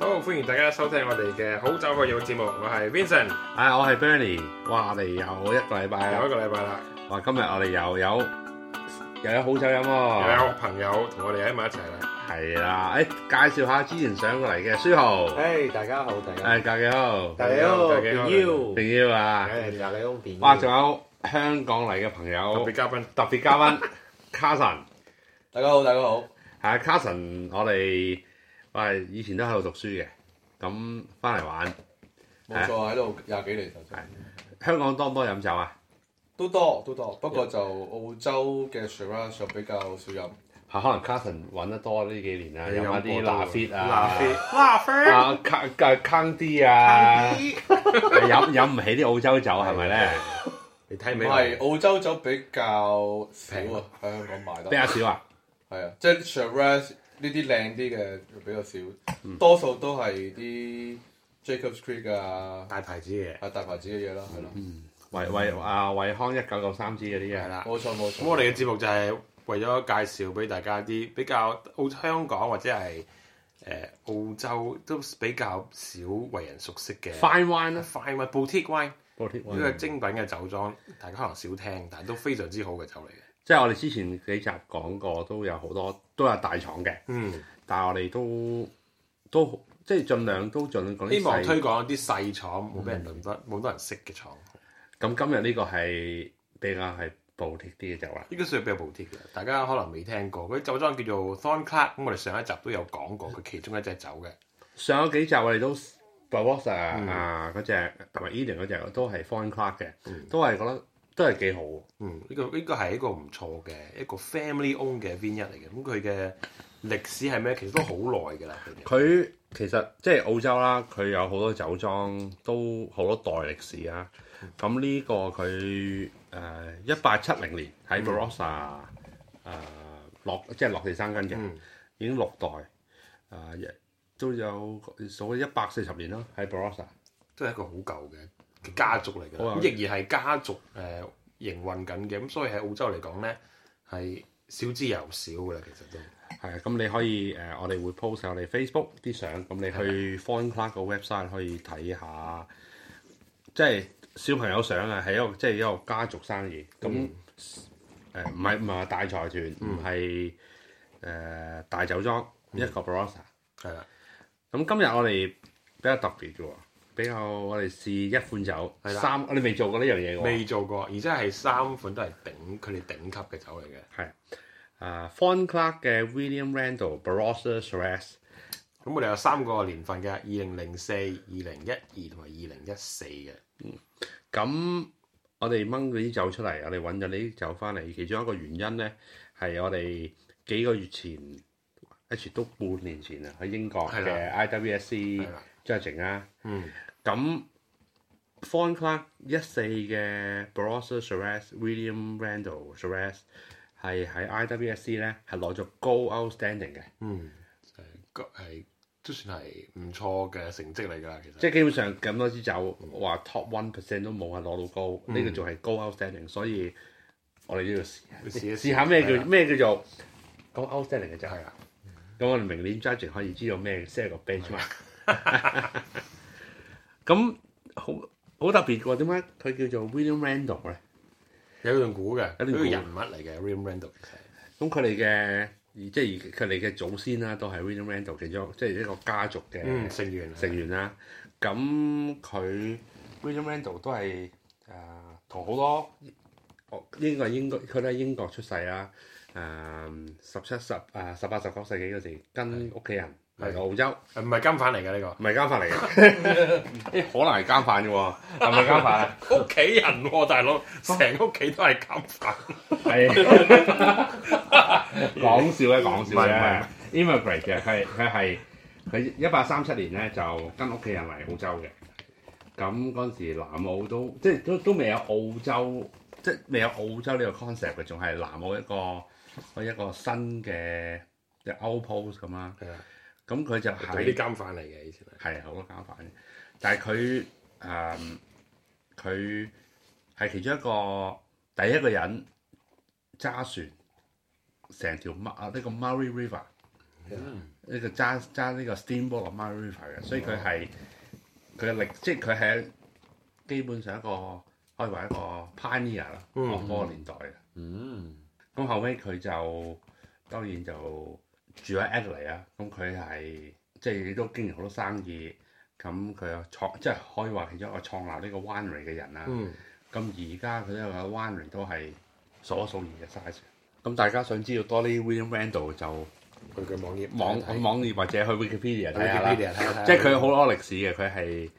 好，歡迎大家收聽我哋嘅好酒好友節目，我係 Vincent，唉，我係 Bernie，哇！我哋又一個禮拜又一啦，個禮拜啦，哇！今日我哋又有又有好酒飲又喎，有朋友同我哋喺埋一齊啦，係啦，誒介紹下之前上過嚟嘅書豪，誒，大家好，大家誒格幾好，大家好，大家好變腰，定要啊！誒，大家好，變哇！仲有香港嚟嘅朋特友別，嘉賓特別嘉賓 Carson，大家好，大家好，係啊，Carson，我哋喂以前都喺度讀書嘅，咁翻嚟玩，冇錯，喺度廿幾年頭先係香港多唔多飲酒啊？都多都多，不過就澳洲嘅 Shiraz 就比較少飲。嚇，可能 Carson 揾得多呢幾年啊，你飲下飲過啲多拉嘅 fit 拉啊。菲，拉菲，啊，坑啊坑啲啊， 飲飲唔起啲澳洲酒係咪咧？你睇唔未？係澳洲酒比較少啊，喺香港買得比較少啊，係啊，即係 Shiraz 呢啲靚啲嘅比較嗯少，多數都係啲 Jacobs Creek 啊大牌子嘅，啊大牌子嘅嘢啦，係咯，嗯惠惠啊惠康一九九三支嗰啲係啊，啦，冇錯冇錯。咁我哋嘅節目就係為咗介紹俾大家啲比較澳香港或者係誒澳洲都比較少為人熟悉嘅 fine wine 啊啦，快麥 boutique wine 嗰啲呢個係精品嘅酒莊，大家可能少聽，但係都非常之好嘅酒嚟嘅。即係我哋之前幾集講過，都有好多都有大廠嘅，嗯，但係我哋都都即係盡量都盡量講希啲望細。推廣一啲細廠，冇俾人咁多冇多人識嘅廠。咁今日呢個係比較係暴跌啲嘅酒啦，呢個算係比較 boutique 嘅，大家可能未聽過。佢酒莊叫做 Thorn Clark，咁我哋上一集都有講過佢其中一隻酒嘅。上咗幾集我哋都 b o s s 啊嗰只同埋 Eden 嗰只都係 fine crack 嘅，都係覺得都係幾好。嗯，呢、個呢、個係一個唔錯嘅一個 family own 嘅 v i n 一嚟嘅。咁佢嘅歷史係咩？其實都好耐㗎啦。佢哋佢其實即係澳洲啦，佢有好多酒莊都好多代歷史啊。咁呢個佢誒一八七零年喺 Barossa 誒落即係落地生根嘅，嗯已經六代誒、亦都有數一百四十年啦喺 Barossa。都係一個好舊嘅嘅家族嚟嘅，好啊咁仍然係家族誒、呃營運緊嘅。咁所以喺澳洲嚟講咧，係少之又少㗎啦。其實都係啊，咁你可以誒、我哋會 post 喺我哋 Facebook 啲相，咁你去 Fine Clark 個 website 可以睇下，即係小朋友相啊，係一個即係一個家族生意。咁嗯誒唔係唔係話大財團，唔係誒大酒莊，一嗯個 Barossa。係啦，咁今日我哋比較特別嘅喎，比較我哋試一款酒，係啦三我哋未做過呢樣嘢嘅喎。未做過，而且係三款都係頂佢哋頂級嘅酒嚟嘅。誒 Fine 啊 Clark 嘅 William Randall Barossa Shiraz。咁我哋有三個年份嘅，二零零四、二零一二同埋二零一四嘅。咁我哋掹嗰啲酒出嚟，我哋揾咗呢啲酒翻嚟，其中一個原因咧係我哋幾個月前，actually 都半年前啊，喺英國係嘅 IWSC 係啦 judging 啦。嗯，咁 Fine Clark 一四嘅 Barossa Shiraz William Randall Shiraz 係喺 IWSC 咧係攞咗高 outstanding 嘅，嗯，誒個係都算係唔錯嘅成績嚟㗎啦，其實。即係基本上咁多支酒話 top one percent 都冇係攞到高，嗯呢個仲係高 outstanding，所以我哋都要試下。你試一試下咩係叫啦咩叫做講 outstanding 嘅啫。係啦，啊咁我哋明年 judging 可以知道咩 set 個 benchmark。咁好好特別喎，點解佢叫做 William Randall 咧？有段估嘅，有有段個估人物嚟嘅 r i m Randall 其實係。咁佢哋嘅即係佢哋嘅祖先啦，都係 William Randall 其中即係一個家族嘅嗯，成員成員啦。咁佢 William Randall 都係誒同好多哦英國英國佢都喺英國出世啦。誒十七十啊十八十九世紀嗰時跟屋企人嚟到澳洲，唔係金反嚟嘅呢個唔係奸犯嚟嘅， 誒可能係奸犯嘅喎，係咪奸犯啊？屋企人喎，大佬，成屋企都係金反。 係講笑嘅，講唔係唔笑啊係嘅，immigrant 嘅，佢佢係佢一八三七年咧就跟屋企人嚟澳洲嘅，咁嗰陣時南澳都即係都都未有澳洲，即係未有澳洲呢個 concept 嘅，仲係南澳一個一個新嘅即係 outpost 咁啦，係啊，咁佢就嗰喺啲金反嚟嘅以前係。係好多搞法嘅，但係佢誒佢係其中一個第一個人揸船成條 Ma- 啊呢個 Murray River 呢個揸揸呢個 Steamboat of Murray River 嘅，所嗯以佢係佢嘅力，即係佢係基本上一個可以話一個 pioneer 啦，嗯我嗰個年代嘅。嗯，咁後尾佢就當然就住喺 Adelaide 啊，咁佢係即係都經營好多生意，咁佢又創即係可以話其中一個創立呢個 winery 嘅人啦。啊嗯，咁而家佢呢個 winery 都係數一數二嘅 size。咁大家想知道多啲 William Randall 就佢嘅網頁網睇睇網頁或者去 Wikipedia 睇下啦。 Wikipedia 睇下即係佢好多歷史嘅，佢係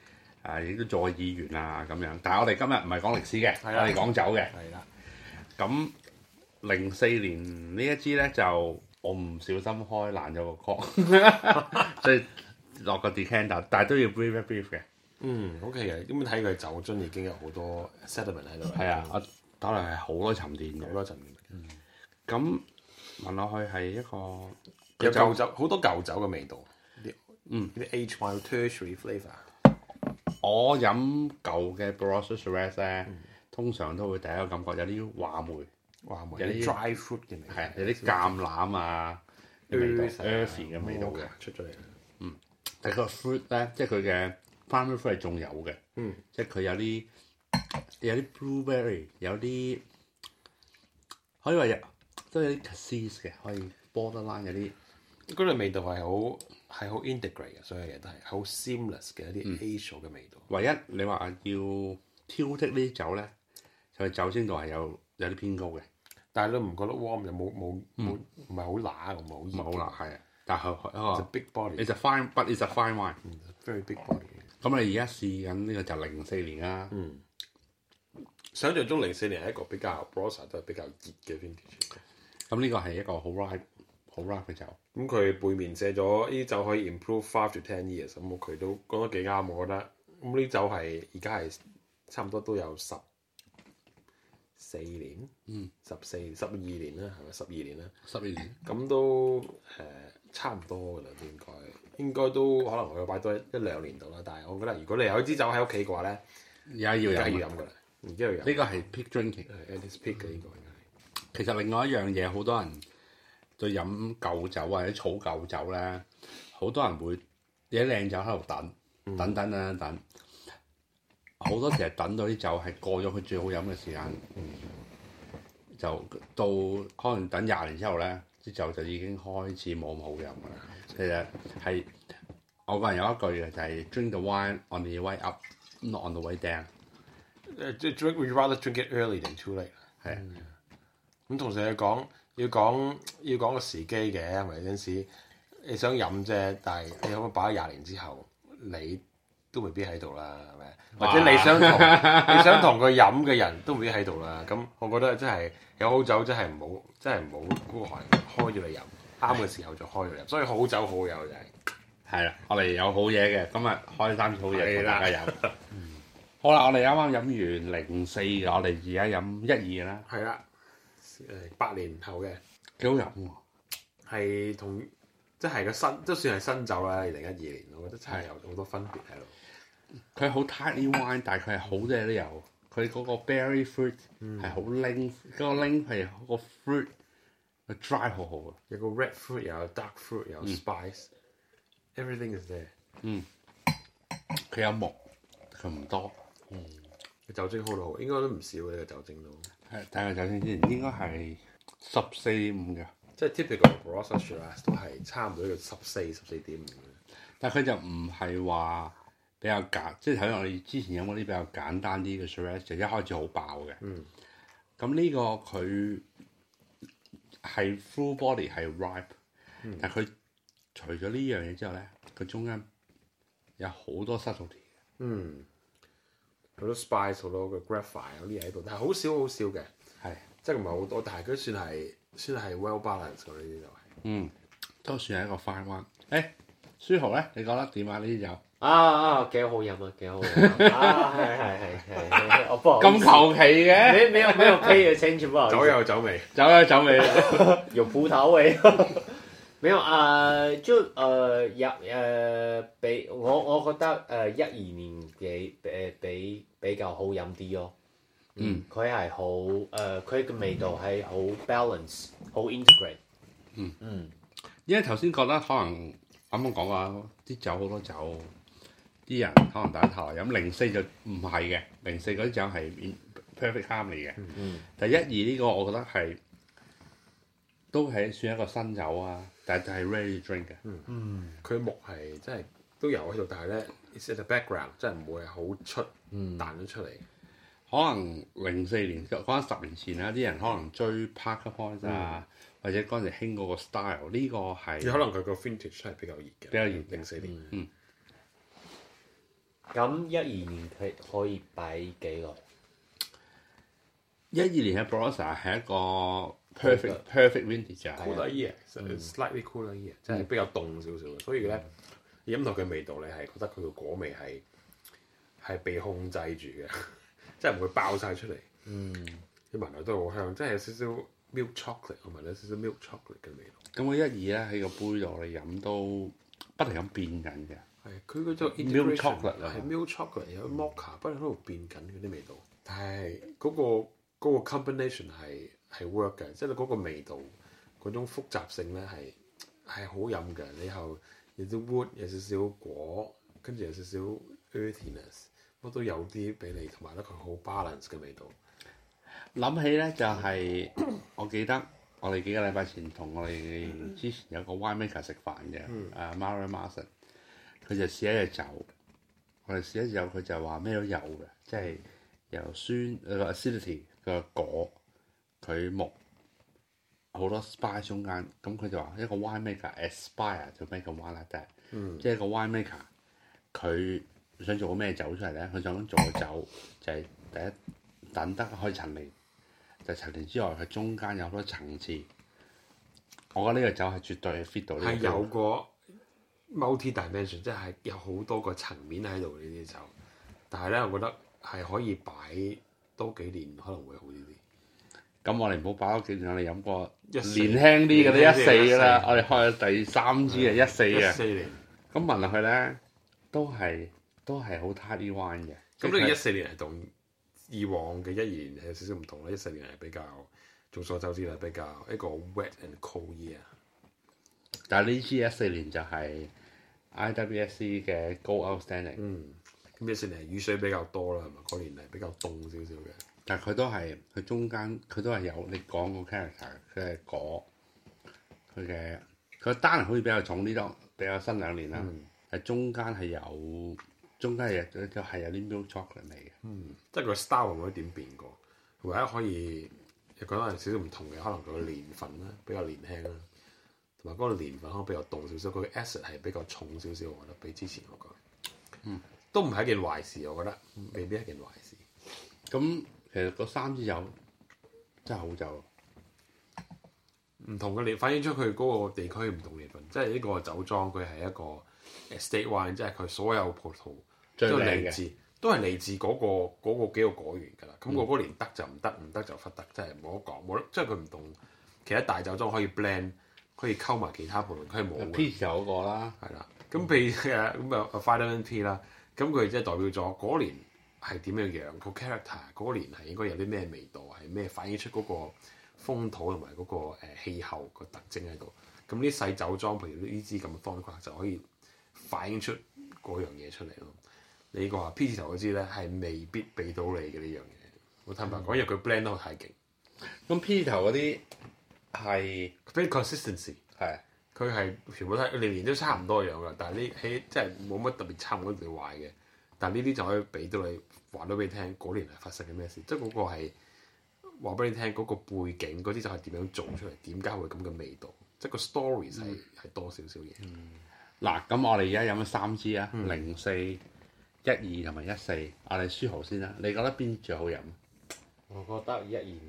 啊亦都做過議員啊咁樣。但係我哋今日唔係講歷史嘅，我係啊哋講酒嘅。係啦，咁零四年呢一支咧就我唔小心開爛 咗個 cork，所以落個 decanter，但係都要 brief 一 brief 嘅。嗯，OK 嘅，咁睇佢酒樽已經有好多 sediment 喺度啦，係啊，我可能係好多沉澱好嘅。多層面，咁聞落去係一個有佢就舊酒好多舊酒嘅味道，啲嗯啲 H Y tertiary flavour，我飲舊嘅 b r o s s s h i r a z 咧，通常都會第一個感覺有啲話梅，哇，有有啲啲 dry fruit 嘅味道，係啊有啲橄欖啊嘅味道 e a r t 嘅味道嘅。啊出咗嚟啦，但係個 fruit 咧，即係佢嘅 primary fruit 係仲有嘅，嗯，即係佢有啲有啲 blueberry，有啲可以話有都有啲 cassis 嘅，可以 borderline 有啲嗰類味道係好係好 integrate 嘅，所有嘢都係好 seamless 嘅一啲 acial 嘅味道，唯一你話要挑剔呢啲酒咧，就係酒精度係有有啲偏高嘅，但係都唔覺得 warm 又冇冇冇嗯唔係好乸咁，唔冇係好辣係啊，但係佢就佢 big body，你就 fine but it's a fine wine。嗯，very big body。咁你而家試緊呢個就零四年啦，嗯，想象中零四年係一個比較 Barossa 都係比較熱嘅 vintage。咁呢個係一個好 ripe 好 ripe 嘅酒。咁佢背面寫咗呢酒可以 improve five to ten years，咁我佢都講得幾啱，我覺得。咁呢酒係而家係差唔多都有十四年，嗯，十四十二年啦，係咪十二年啦？十二年，咁都誒、呃差唔多㗎啦，應該應該都可能佢擺多一一兩年到啦。但係我覺得如果你有一支酒喺屋企嘅話咧，而家要而家飲要啊飲㗎啦，而家要呢飲。個係 peak drinking。係 at this peak 嘅應該應該係。其實另外一樣嘢，好多人對飲舊酒或者草舊酒咧，好多人會有啲靚酒喺度等，等等等等，好多時係等到啲酒係過咗佢最好飲嘅時間，就到可能等廿年之後咧，啲酒就已經開始冇咁好飲啦。其實係我個人有一句嘅就係、drink the wine on the way up, not on the way down。誒即係 drink would you rather drink it early than too late。係啊咁同時要講要講要講個時機嘅，係咪有陣時你想飲啫，但係你可唔可以擺喺廿年之後，你都未必喺度啦，係咪？或者你想同 你想同佢飲嘅人都未必喺度啦。咁我覺得真係有好酒真係唔好，真係唔好孤寒，開咗你飲，啱嘅時候就開咗你飲。所以好酒好友就係、係啦，我哋有好嘢嘅，今日開三次好嘢係同啦大家 飲。好啦，我哋啱啱飲完零四，啊我哋而家飲一二啦，係啦，誒八年後嘅。幾好飲喎。係同即係個新都算係新酒啦，二零一二年，我覺得真係有好多分別喺度。佢好 tiny wine，但係佢係好多嘢都有。佢嗰個 berry fruit 嗯係好 link，嗰個 link 係個 fruit 個 dry 好好啊。有個 red fruit，又有 dark fruit，又有 spice，everything、is there。佢有木，佢唔多。個酒精好到好，應該都唔少嘅呢個酒精都。係，睇下酒先先，應該係十四五嘅，即係 typical b r o s s s h i r a z 都係差唔多要十四十四點五。但係佢就唔係話比較簡，即係睇我哋之前飲嗰啲比較簡單啲嘅 shiraz 就一開始好爆嘅。嗯，咁呢個佢係 full body 係 ripe，、但係佢除咗呢樣嘢之後咧，佢中間有好多 subtlety。嗯，好多 spice，好多個 graphite 嗰啲嘢喺度，但係好少好少嘅，係，即係唔係好多，但係佢算係算係 well balanced 嘅呢啲就係。嗯，都算係一個 fine one。誒，舒豪咧，你覺得點啊？呢啲酒啊啊，幾好飲啊，幾好 飲啊，係係係係係，我不好意咁思求其嘅，没没有没有配的清楚不好意酒思，有酒味，走啦走啊你。有葡萄 味。没有啊、呃就誒入誒比我我覺得誒一二年幾誒比比較好飲啲咯。嗯，佢係好誒，佢嘅味道係好 balance，好 integrate。嗯嗯，因為頭先覺得可能啱啱講話啲酒好多酒，啲人可能第一頭飲零四就唔係嘅，零四嗰啲酒係 perfect harmony 嘅。嗯第一二呢個我覺得係都係算一個新酒啊，但係係 ready to drink 嘅。嗯佢木係真係都有喺度，但係咧，it's at the background，真係唔會係好出嗯彈咗出嚟。可能零四年嗰陣十年前啦，啲人可能追 Parker Point 啊，或者嗰陣時興嗰個 style，呢個嗯有可係能佢個 vintage 係比較熱嘅，嗯比較熱嘅零四年。咁一二年佢可以擺幾耐？一二年嘅 Barossa 係一個 perfect perfect vintage 啊。 cooler year，slightly cooler year，即係比較凍少少嘅，所以咧飲落佢味道，你係覺得佢個果味係係被控制住嘅， 即係唔會爆晒出嚟。嗯，你聞落都好香，即係有少少 milk chocolate，我聞到少少 milk chocolate 嘅味道。咁佢一二咧喺個杯度你飲都不停咁變緊嘅。係佢嗰種 Milk integration chocolate 啊係 milk chocolate 有 mocha，不停喺度變緊嗰啲味道。但係嗰個嗰個 combination 係係 work 嘅，即係你嗰個味道嗰種複雜性咧係係好飲嘅。你後有啲 wood，有少少果，跟住有少少 earthiness，乜都有啲俾你，同埋咧佢好 balance 嘅味道。諗起咧就係、我記得我哋幾個禮拜前同我哋之前有個 winemaker 食飯嘅，啊 Mario Marson，佢就試一隻酒，我哋試一隻酒佢就話咩都有嘅，即係由酸佢個 acidity 佢個果佢木好多 spice 中間，咁佢就話一個 winemaker aspire to make a wine like that，、即啊嗯係一個 winemaker 佢想做個咩酒出嚟咧？佢想做個酒就係、第一。等得開陳年，就陳年之外，佢中間有好多層次。我覺得呢個酒係絕對 fit 到呢個係有 feel 個 multi dimension，即係有好多個層面喺度呢啲酒。但係咧，我覺得係可以擺多幾年可能會好啲啲。咁我哋唔好擺多幾年，我哋飲過一年四輕啲年輕啲嘅呢一嘅四嘅啦一，四嗯我哋開咗第三支啊嘅一四一嘅，四年，咁聞落去咧都係都係好 tidy wine 嘅。即咁呢係一四年係同以往嘅一二年係有少少唔同啦。一四年係比較眾所周知啦，比較一個 wet and cold year。但係呢支一四年就係 IWSC E 嘅 Go Outstanding，、嗯，咁一四年係雨水比較多啦，係咪？嗰年係比較凍少少嘅。但係佢都係佢中間佢都係有你講個 character 佢係果，佢嘅佢單人好似比較重啲咯，比較新兩年啦。嗯但係中間係有中間係有係有啲 milk chocolate 味嘅。嗯即係佢 style 冇點變過，唯一可以有講有少少唔同嘅，可能佢個年份啦，比較年輕啦，同埋嗰個年份可能比較凍少少，佢嘅 acid 係比較重少少，我覺得比之前嗰個，嗯，都唔係一件壞事，我覺得未必係一件壞事。咁其實嗰三支酒真係好酒，唔同嘅年反映出佢嗰個地區唔同年份，即係呢個酒莊佢係一個 estate wine，即係佢所有葡萄最都靚嚟嘅。自都係嚟自嗰、個嗰、個幾個果園㗎啦。嗯咁我嗰年得就唔得，唔得就忽得，真係冇得講，冇得即係佢唔同其他大酒莊可以 blend，可以溝埋其他葡萄，佢係冇嘅 P 有嗰個啦，係啦。嗯咁譬如 誒咁啊 f i t a m i P 啦，咁佢即係代表咗嗰年係點樣樣個 character，嗰年係應該有啲咩味道，係咩反映出嗰個風土同埋嗰個誒氣候個特徵喺度。咁啲細酒莊，譬如呢支咁嘅方框就可以反映出嗰樣嘢出嚟咯。你個話 P 字頭嗰支咧係未必俾到你嘅呢樣嘢。我坦白講，因為佢 blend 得太勁，咁 P 頭嗰啲係佢 consistency。係佢係全部都係年年都差唔多樣噶，但係呢喺即係冇乜特別差唔多地壞嘅。但係呢啲就可以俾到你話到俾你聽，嗰年係發生緊咩事，即係嗰個係話俾你聽嗰個背景嗰啲就係點樣做出嚟，點解會咁嘅味道，即係個 story 係係多少少嘢。嗱。咁我哋而家飲咗三支啊，嗯零四、一二同埋一四。我哋書豪先啦，你覺得邊最好飲？我覺得一二年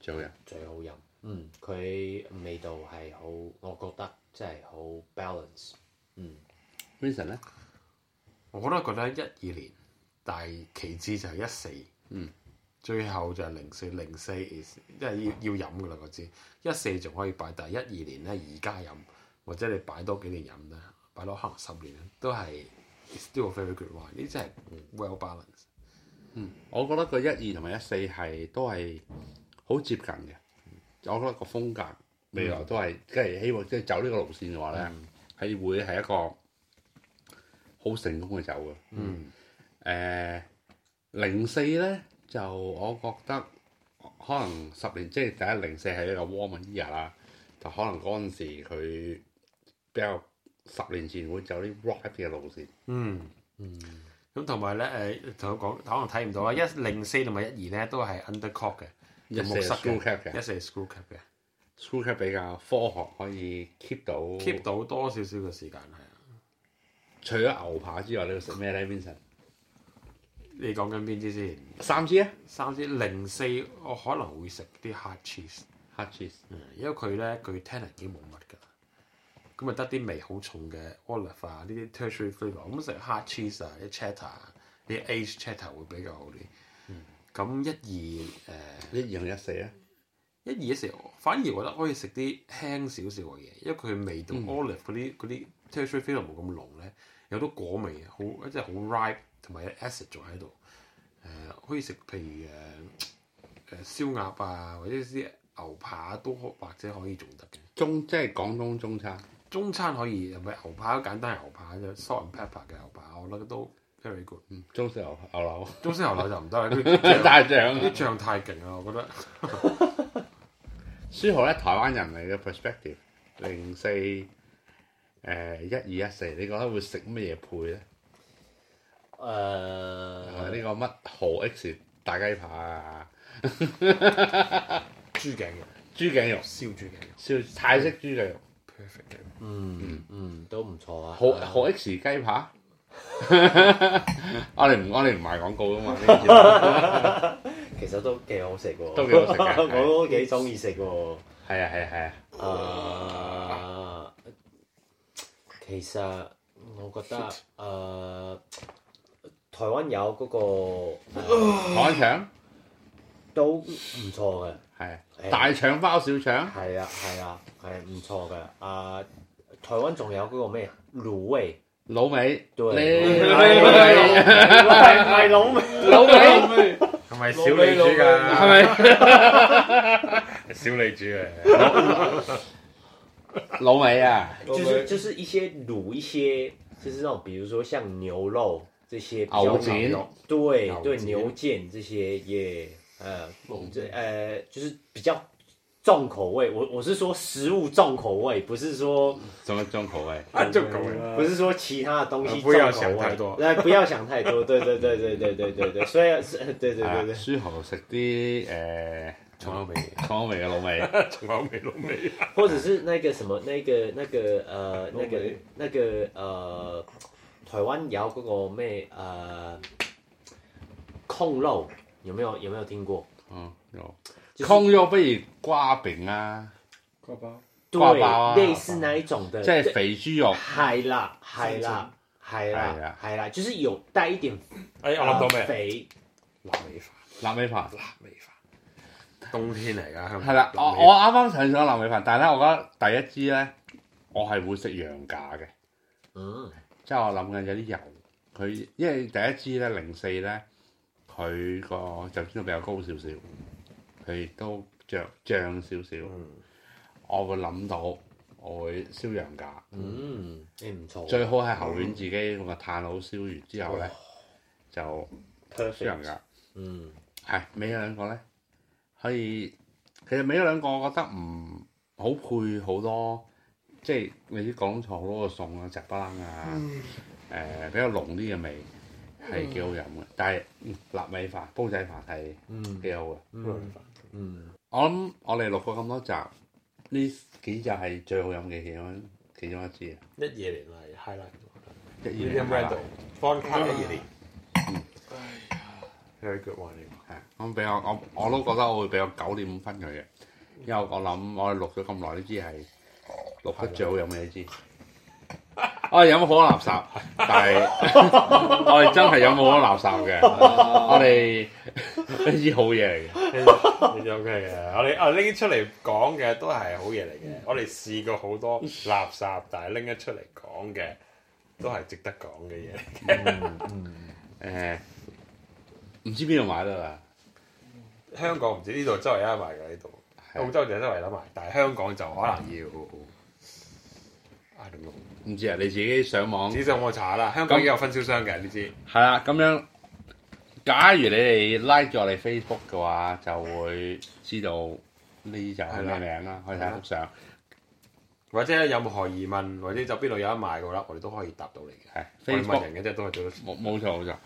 最好飲？最好飲。嗯，佢味道係好，我覺得真係好 balance。嗯， Vincent 咧，我覺得覺得一二年，但係其次就係一四，嗯，最後就係零四零四，因為要要飲噶啦嗰支，一四仲可以擺，但係一二年咧而家飲，或者你擺多幾年飲咧，擺多可能十年咧，都係 it's still a very good wine，呢支係 well balanced，我覺得個一二同埋一四係都係好接近嘅。我覺得個風格未嗯來都係即係希望即係走呢個路線嘅話咧，係、會係一個好成功嘅啊走嘅。嗯誒呃零四咧就我覺得可能十年即係第一零四係一個 warm year 啦，就可能嗰陣時佢比較十年前會走啲 rock 嘅路線。嗯嗯。咁同埋咧誒，同佢講可能睇唔到啦，一零四同埋一二咧都係 undercock 嘅，一四木塞 school 嘅 cap 嘅一四係 school cap 嘅 school cap 比較科學，可以 keep 到，keep 到多少少嘅時間係啊。除咗牛扒之外，你要食咩咧，Vincent？你講緊邊支先？三支啊三支零四，我可能會食啲 hard cheese， ，hot cheese。嗯因為佢咧佢 tannin 已經冇乜㗎啦，咁啊得啲味好重嘅 olive 啊呢啲 tertiary flavour，咁食 hard cheese 啊啲 cheddar 啊啲 aged cheddar 會比較好啲。嗯咁一二呃誒一二同一四啊咧，一二一時，反而我覺得可以食啲輕少少嘅嘢，因為佢味道 olive 嗰啲嗰啲 tertiary flavour 冇咁濃咧，有啲果味啊好即係好 ripe 同埋有 acid 仲喺度。誒、可以食譬如誒誒、燒鴨啊，或者啲牛扒都可或者可以仲得嘅。中即係廣東中餐，中餐可以係咪牛扒簡單係牛扒啫，salt and pepper 嘅牛扒，我覺得都 very good。嗯中式牛牛柳， 中式牛柳就唔 得啦，佢醬大醬啲醬太勁啦，我覺得。舒豪咧，台灣人嚟嘅 perspective，零四誒一二一四，你覺得會食乜嘢配咧？誒、誒呢、個乜蠔 X 大雞扒啊，豬頸肉，豬頸肉，燒豬頸肉燒泰式豬頸肉， ，perfect 嘅。嗯嗯都唔錯啊。蠔蠔 X 雞 扒。我哋唔我哋唔賣廣告噶嘛，呢個節 目其實都幾好食喎，都幾好食嘅 我都幾中意食喎。係啊係啊係啊，啊，其實我覺得誒、呃台灣有嗰、個、呃台灣腸都唔錯嘅，係啊係大腸包小腸，係啊係啊係唔錯嘅。啊、台灣仲有嗰個咩滷味，老味，你對老味係滷味。老味係咪小李豬㗎？係咪？小李豬啊！老味啊！就是就是一些卤一些，就是那种比如说像牛肉这些比较牛腱老对牛对腱牛腱这些也呃这呃就是比较重口味。我我是说食物重口味，不是说做乜重口味？啊，足夠嘅。不是说其他的东西呃重不要口想太多味。哎，不要想太多。对对对对对对对对，所以是 对对对啊对。舒啊豪食啲誒重口味，重口味嘅老味，重口味老味。或者是那个什么，那个那个 呃，那个美那个呃，台湾有嗰个咩呃，控肉有没有有没有听过？嗯，有就是控肉不如瓜餅啊，瓜包对挂包啊，类似那一种的，即係肥豬肉，海啦海啦海係啦啦海啦，就是有带一点啊哎，我諗到呃啊咩？肥臘味飯，臘味飯。臘味飯。冬天嚟㗎，香港係啦，我臘味我啱啱想咗臘味飯，但係咧，我覺得第一支咧，我係會食羊架嘅，嗯即係我諗緊有啲油。佢因為第一支咧零四咧，佢個就知道比較高少少，佢亦都着漲少少，嗯我會諗到我會燒羊架。嗯，你唔錯，最好係後院自己用個炭爐燒完之後咧，就燒羊 perfect，啊架。嗯係尾嗰兩個咧，可以其實尾嗰兩個我覺得唔好配好多，即係你啲廣東菜好多個餸啊、雜不楞啊，誒、比較濃啲嘅味係幾好飲嘅。但係嗯臘味飯、煲仔飯係嗯幾好嘅。嗯嗯，我諗我哋錄過咁多集，呢幾集係最好飲嘅其中其中一支啊！一夜嚟係 highlight。一二 William 零 Randall 係 Von c a r 一夜嚟。Very good one 呢個。咁比較 我我都覺得我會俾我九點五分佢嘅，因為我諗我哋錄咗咁耐呢支係錄得最好飲嘅一支。我哋飲可可垃圾，但係我哋真係飲可可垃圾嘅，我哋 呢支好嘢嚟嘅。呢啲 OK 嘅，我哋啊拎出嚟講嘅都係好嘢嚟嗯嘅。我哋試過好多垃圾，但係拎得出嚟講嘅都係值得講嘅嘢。誒，唔知邊度買得啦？香港唔知呢度周圍有得賣㗎呢度。係係澳嗯洲就周圍諗埋，但係香港就可能要。I don't know 唔知啊，你自己上網只上我查啦，香港已經有分銷商嘅，你知。係啦，咁樣。假如你哋 like 咗我哋 Facebook 嘅話，就會知道呢就係咩名啦。可以睇下幅相，或者有任何疑問，或者就邊度有得賣嘅話，我哋都可以答到你嘅。係我哋 Facebook 問人嘅啫，都係做到。冇冇錯冇錯。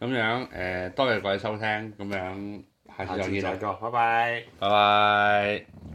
咁樣誒、多謝各位收聽，咁樣下下次再次見再啦，講，拜拜。拜拜。